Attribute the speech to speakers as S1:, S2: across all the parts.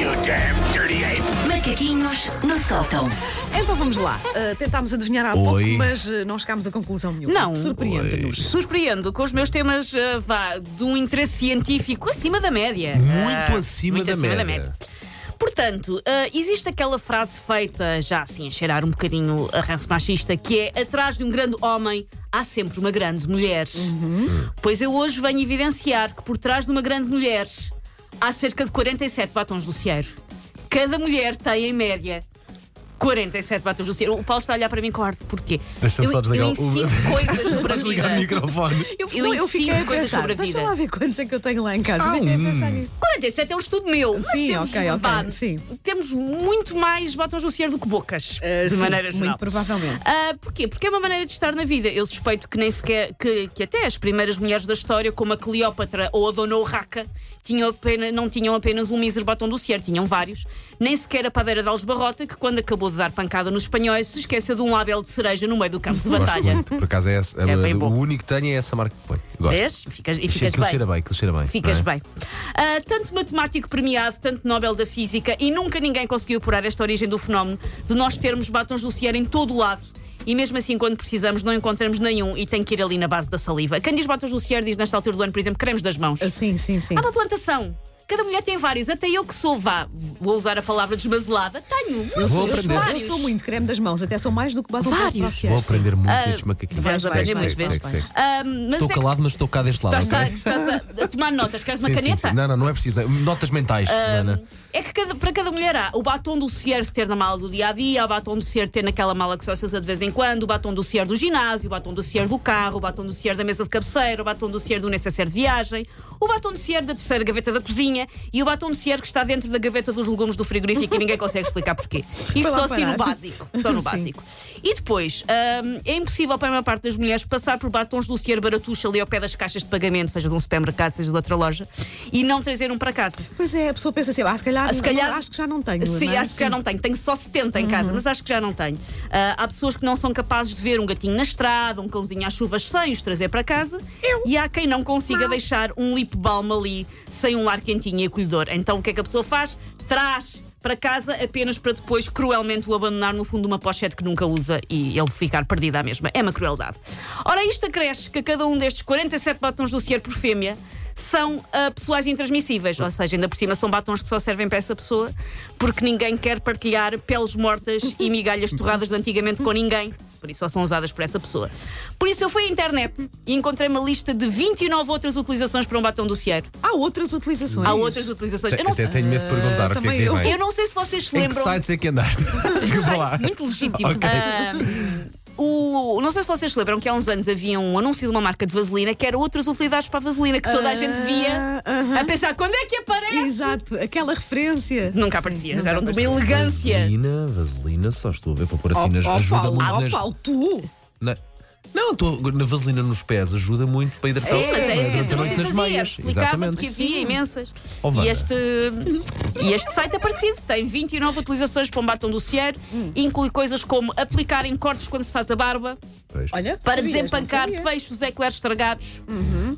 S1: you damn dirty ape!
S2: Macaquinhos no sótão.
S3: Então vamos lá. Uh, tentámos adivinhar há
S4: Oi.
S3: pouco, mas uh, não chegámos a conclusão nenhuma.
S5: Não.
S3: Surpreende-nos.
S5: Surpreendo com os meus temas ah, vá, de um interesse científico acima da média.
S4: Muito
S5: Ah,
S4: acima
S5: muito
S4: da
S5: acima
S4: média.
S5: Portanto, ah, existe aquela frase feita, já assim a cheirar um bocadinho a ranço machista, que é atrás de um grande homem há sempre uma grande mulher.
S4: Uhum.
S5: Pois eu hoje venho evidenciar que por trás de uma grande mulher há cerca de 47 batons do cieiro. Cada mulher tem, em média, 47 batons do cieiro. O Paulo está a olhar para mim com ar de porquê?
S4: Deixa-me
S5: Eu-
S4: só desligar
S5: eu
S4: o-
S5: ensino coisas sobre a
S4: Vamos ligar o
S5: vida.
S4: microfone.
S3: Eu,
S5: Eu
S3: não, eu
S5: ensino
S3: fiquei a
S5: coisas
S3: pensar.
S5: sobre a
S3: Deixa
S5: vida.
S3: lá ver quantos é que eu tenho lá em casa.
S4: Ah,
S3: fiquei
S4: hum.
S3: a pensar nisto.
S5: 47 é um estudo meu. Mas
S3: Sim,
S5: temos,
S3: ok, ok,
S5: pá,
S3: sim.
S5: Temos muito mais botões no cierre do que bocas. de
S3: Ah, sim,
S5: maneira geral.
S3: muito provavelmente.
S5: Ah, porquê? Porque é uma maneira de estar na vida. Eu suspeito que nem sequer. que, que até as primeiras mulheres da história, como a Cleópatra ou a Dona Urraca, tinham apenas, não tinham apenas um mísero batom do cierre, tinham vários. Nem sequer a padeira de Algebarrota, que quando acabou de dar pancada nos espanhóis, se esqueceu de um label de cereja no meio do campo de
S4: Gosto
S5: batalha.
S4: muito, por acaso é essa.
S5: É bem
S4: o
S5: bom.
S4: único que tenho é essa marca que põe. Gosto.
S5: Vês? Ficas- e
S4: Aquilo
S5: ficas
S4: cheira,
S5: bem.
S4: bem, aquilo cheira bem.
S5: Ficas
S4: não é?
S5: bem. Ah, tanto matemático premiado, tanto Nobel da Física, e nunca ninguém conseguiu apurar esta origem do fenómeno de nós termos batons do Sierra em todo o lado. E mesmo assim, quando precisamos, não encontramos nenhum e tem que ir ali na base da saliva. Quem diz batons do Sierra diz nesta altura do ano, por exemplo, cremes das mãos.
S4: Assim.
S3: Ah, Sim, sim, sim.
S5: Há uma plantação. Cada mulher tem vários. Até eu que sou, vá, vou usar a palavra desmazelada, tenho muitos.
S4: vou
S3: eu, sou,
S4: aprender.
S3: eu sou muito creme das mãos, até sou mais do que batom
S5: Vários.
S3: faciais,
S4: Vou
S3: sim.
S4: aprender muito destes macaquinhos.
S5: Ah, vais
S4: Segue,
S5: aprender mais
S4: segue,
S5: vezes,
S4: segue, segue.
S5: Ah, mas
S4: Estou
S5: é-
S4: calado, mas estou cá deste lado,
S5: Estás,
S4: ok?
S5: a- estás a, a tomar notas. Queres uma
S4: Sim, sim,
S5: caneta?
S4: sim. Não, não, não é preciso. Notas mentais, Susana.
S5: É que cada- para cada mulher há o batom do ciervo ter na mala do dia a dia, o batom do ciervo ter naquela mala que só se usa de vez em quando, o batom do ciervo do ginásio, o batom do ciervo do carro, o batom do ciervo da mesa de cabeceira, o batom do ciervo do necessário de viagem, o batom do ciervo da terceira gaveta da cozinha e o batom do ciervo que está dentro da gaveta dos legumes do frigorífico e ninguém consegue explicar porquê. Isto
S3: Foi lá
S5: só assim no
S3: parar.
S5: básico. Só no
S3: Sim.
S5: básico. E depois, hum, é impossível para a maior parte das mulheres passar por batons do ciervo baratucho ali ao pé das caixas de pagamento, seja de um supermercado, seja de outra loja, e não trazer um para casa.
S3: Pois é, a pessoa pensa assim, ah, se calhar,
S5: Ah, se calhar-
S3: acho que já não tenho.
S5: Sim,
S3: não é? Uhum.
S5: acho que já não tenho. Tenho só 70 em casa, mas acho que já não tenho. Ah, há pessoas que não são capazes de ver um gatinho na estrada, um cãozinho às chuvas sem os trazer para casa. E há quem não consiga deixar um lip balm ali sem um lar quentinho e acolhedor. Então o que é que a pessoa faz? Traz para casa apenas para depois cruelmente o abandonar no fundo de uma pochete que nunca usa e ele ficar perdido à mesma. É uma crueldade. Ora, isto acresce que a cada um destes 47 batons do Cier por fêmea são ah, pessoais intransmissíveis, ou seja, ainda por cima são batons que só servem para essa pessoa, porque ninguém quer partilhar peles mortas e migalhas torradas de antigamente com ninguém, por isso só são usadas por essa pessoa. Por isso eu fui à internet e encontrei uma lista de 29 outras utilizações para um batom do cierro.
S3: Há outras utilizações.
S5: Há outras utilizações. Eu não,
S4: Até
S5: sei,
S4: tenho medo de perguntar o que é
S3: também
S4: que
S3: eu.
S4: vem.
S5: eu não sei se vocês se
S4: Em que
S5: lembram.
S4: sites é que andaste? Desculpa lá.
S5: Muito legítimo.
S4: Ok.
S5: Ah, o, não sei se vocês se lembram que há uns anos havia um anúncio de uma marca de vaselina que era outras utilidades para a vaselina que toda a gente via
S4: Ah,
S5: a pensar quando é que aparece?
S3: assim. Exato, aquela referência.
S5: Nunca
S3: Sim,
S5: aparecia,
S3: nunca
S5: já eram de uma
S3: aparecia.
S5: elegância.
S4: Vaselina, vaselina, só estou a ver para pôr assim nas.
S3: Oh,
S4: ajuda
S3: Paulo,
S4: muito
S3: ah,
S4: nas.
S3: Paulo, tu!
S4: na- Não, estou na vaselina nos pés, ajuda muito para hidratar os
S5: Sim, mas
S4: pés,
S5: é
S4: mas
S5: isso que
S4: durante
S5: esse
S4: a noite
S5: anúncio
S4: nas
S5: fazia.
S4: meias.
S5: Explicava-te que
S4: Exatamente.
S5: havia imensas.
S4: Oh,
S5: e,
S4: Wanda.
S5: este, e este site aparecido tem 29 utilizações para um batom do Cier,
S3: Hum.
S5: inclui coisas como aplicar em cortes quando se faz a barba,
S4: Pois.
S3: Olha,
S5: para
S3: sabias, não
S5: desempancar
S3: sabia. Uhum.
S5: feixes eclairs estragados,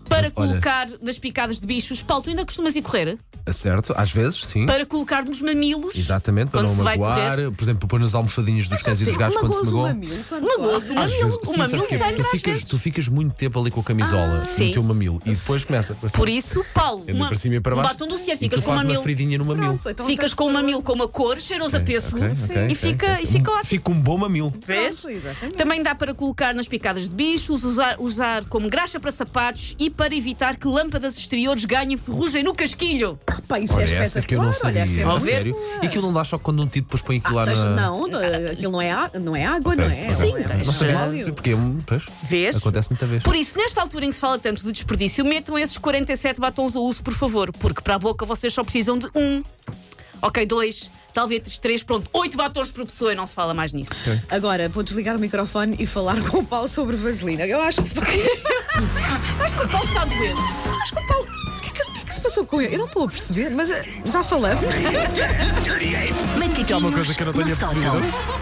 S5: para
S4: Mas, olha- Hum.
S5: colocar nas picadas de bichos. Paulo, tu ainda costumas ir correr?
S4: É Certo, às vezes, sim.
S5: Para colocar nos mamilos.
S4: Exatamente, para
S5: quando
S4: não
S5: se vai
S4: magoar.
S5: correr.
S4: Por exemplo, pôr nos almofadinhos
S3: Ah,
S4: dos cães e dos gatos quando se
S3: Magoas o
S4: magoam.
S3: mamilo quando
S5: Magoço, o
S4: Às
S5: um mamilo,
S4: vezes-
S5: o
S4: sim, sabes
S5: mamilo
S4: porquê?
S5: sangra
S4: tu
S5: às
S4: ficas,
S5: vezes.
S4: tu ficas muito tempo ali com a camisola
S5: sim. Ah,
S4: no teu mamilo e depois começa.
S5: Por isso, Paulo,
S4: Anda
S5: uma-
S4: para cima e para
S5: um
S4: baixo.
S5: batom do Cier,
S4: e tu
S5: ficas com o
S4: fazes uma
S5: mamilo.
S4: feridinha no mamilo.
S3: Pronto, então
S5: Ficas
S3: tá-
S5: com o mamilo com uma cor, cheiroso a pêssego
S4: ok,
S5: sim,
S4: ok,
S5: e
S4: ok,
S5: fica,
S4: ok.
S5: E fica ótimo.
S4: Fica um bom mamilo.
S5: Vês?
S3: Pronto, exatamente.
S5: Também dá para colocar nas picadas de bichos, usar, usar como graxa para sapatos e para evitar que lâmpadas exteriores ganhem ferrugem no casquilho.
S3: Pá, isso
S4: Olha,
S3: é
S4: essa é
S3: espetacular.
S4: que eu não sabia.
S3: Olha, essa é Ah,
S4: a
S3: uma-
S5: ver?
S4: sério. E aquilo não dá só quando um tipo depois põe aquilo lá
S3: Mas
S4: na.
S3: não, não, aquilo não é, á- não é água,
S4: Ok,
S3: não é?
S4: ok.
S3: Não é,
S5: Sim,
S3: não
S4: Não
S3: é
S4: sabia.
S3: óleo.
S4: Porque, hum, pois,
S5: Vês?
S4: acontece muita vez.
S5: Por isso, nesta altura em que se fala tanto de desperdício, metam esses 47 batons a uso, por favor, porque para a boca vocês só precisam de um, ok, dois, talvez três, pronto, oito batons por pessoa e não se fala mais nisso.
S3: Agora, vou desligar o microfone e falar com o Paulo sobre vaselina. Eu acho que.
S5: Acho que o Paulo está doente.
S3: Acho que o Paulo. O que, é que- o que é que se passou com ele? Eu não estou a perceber, mas eh, já falamos.
S1: Dirty ape!
S2: Macaquinhos
S4: coisa que eu não tenha
S2: no sótão.
S4: percebido.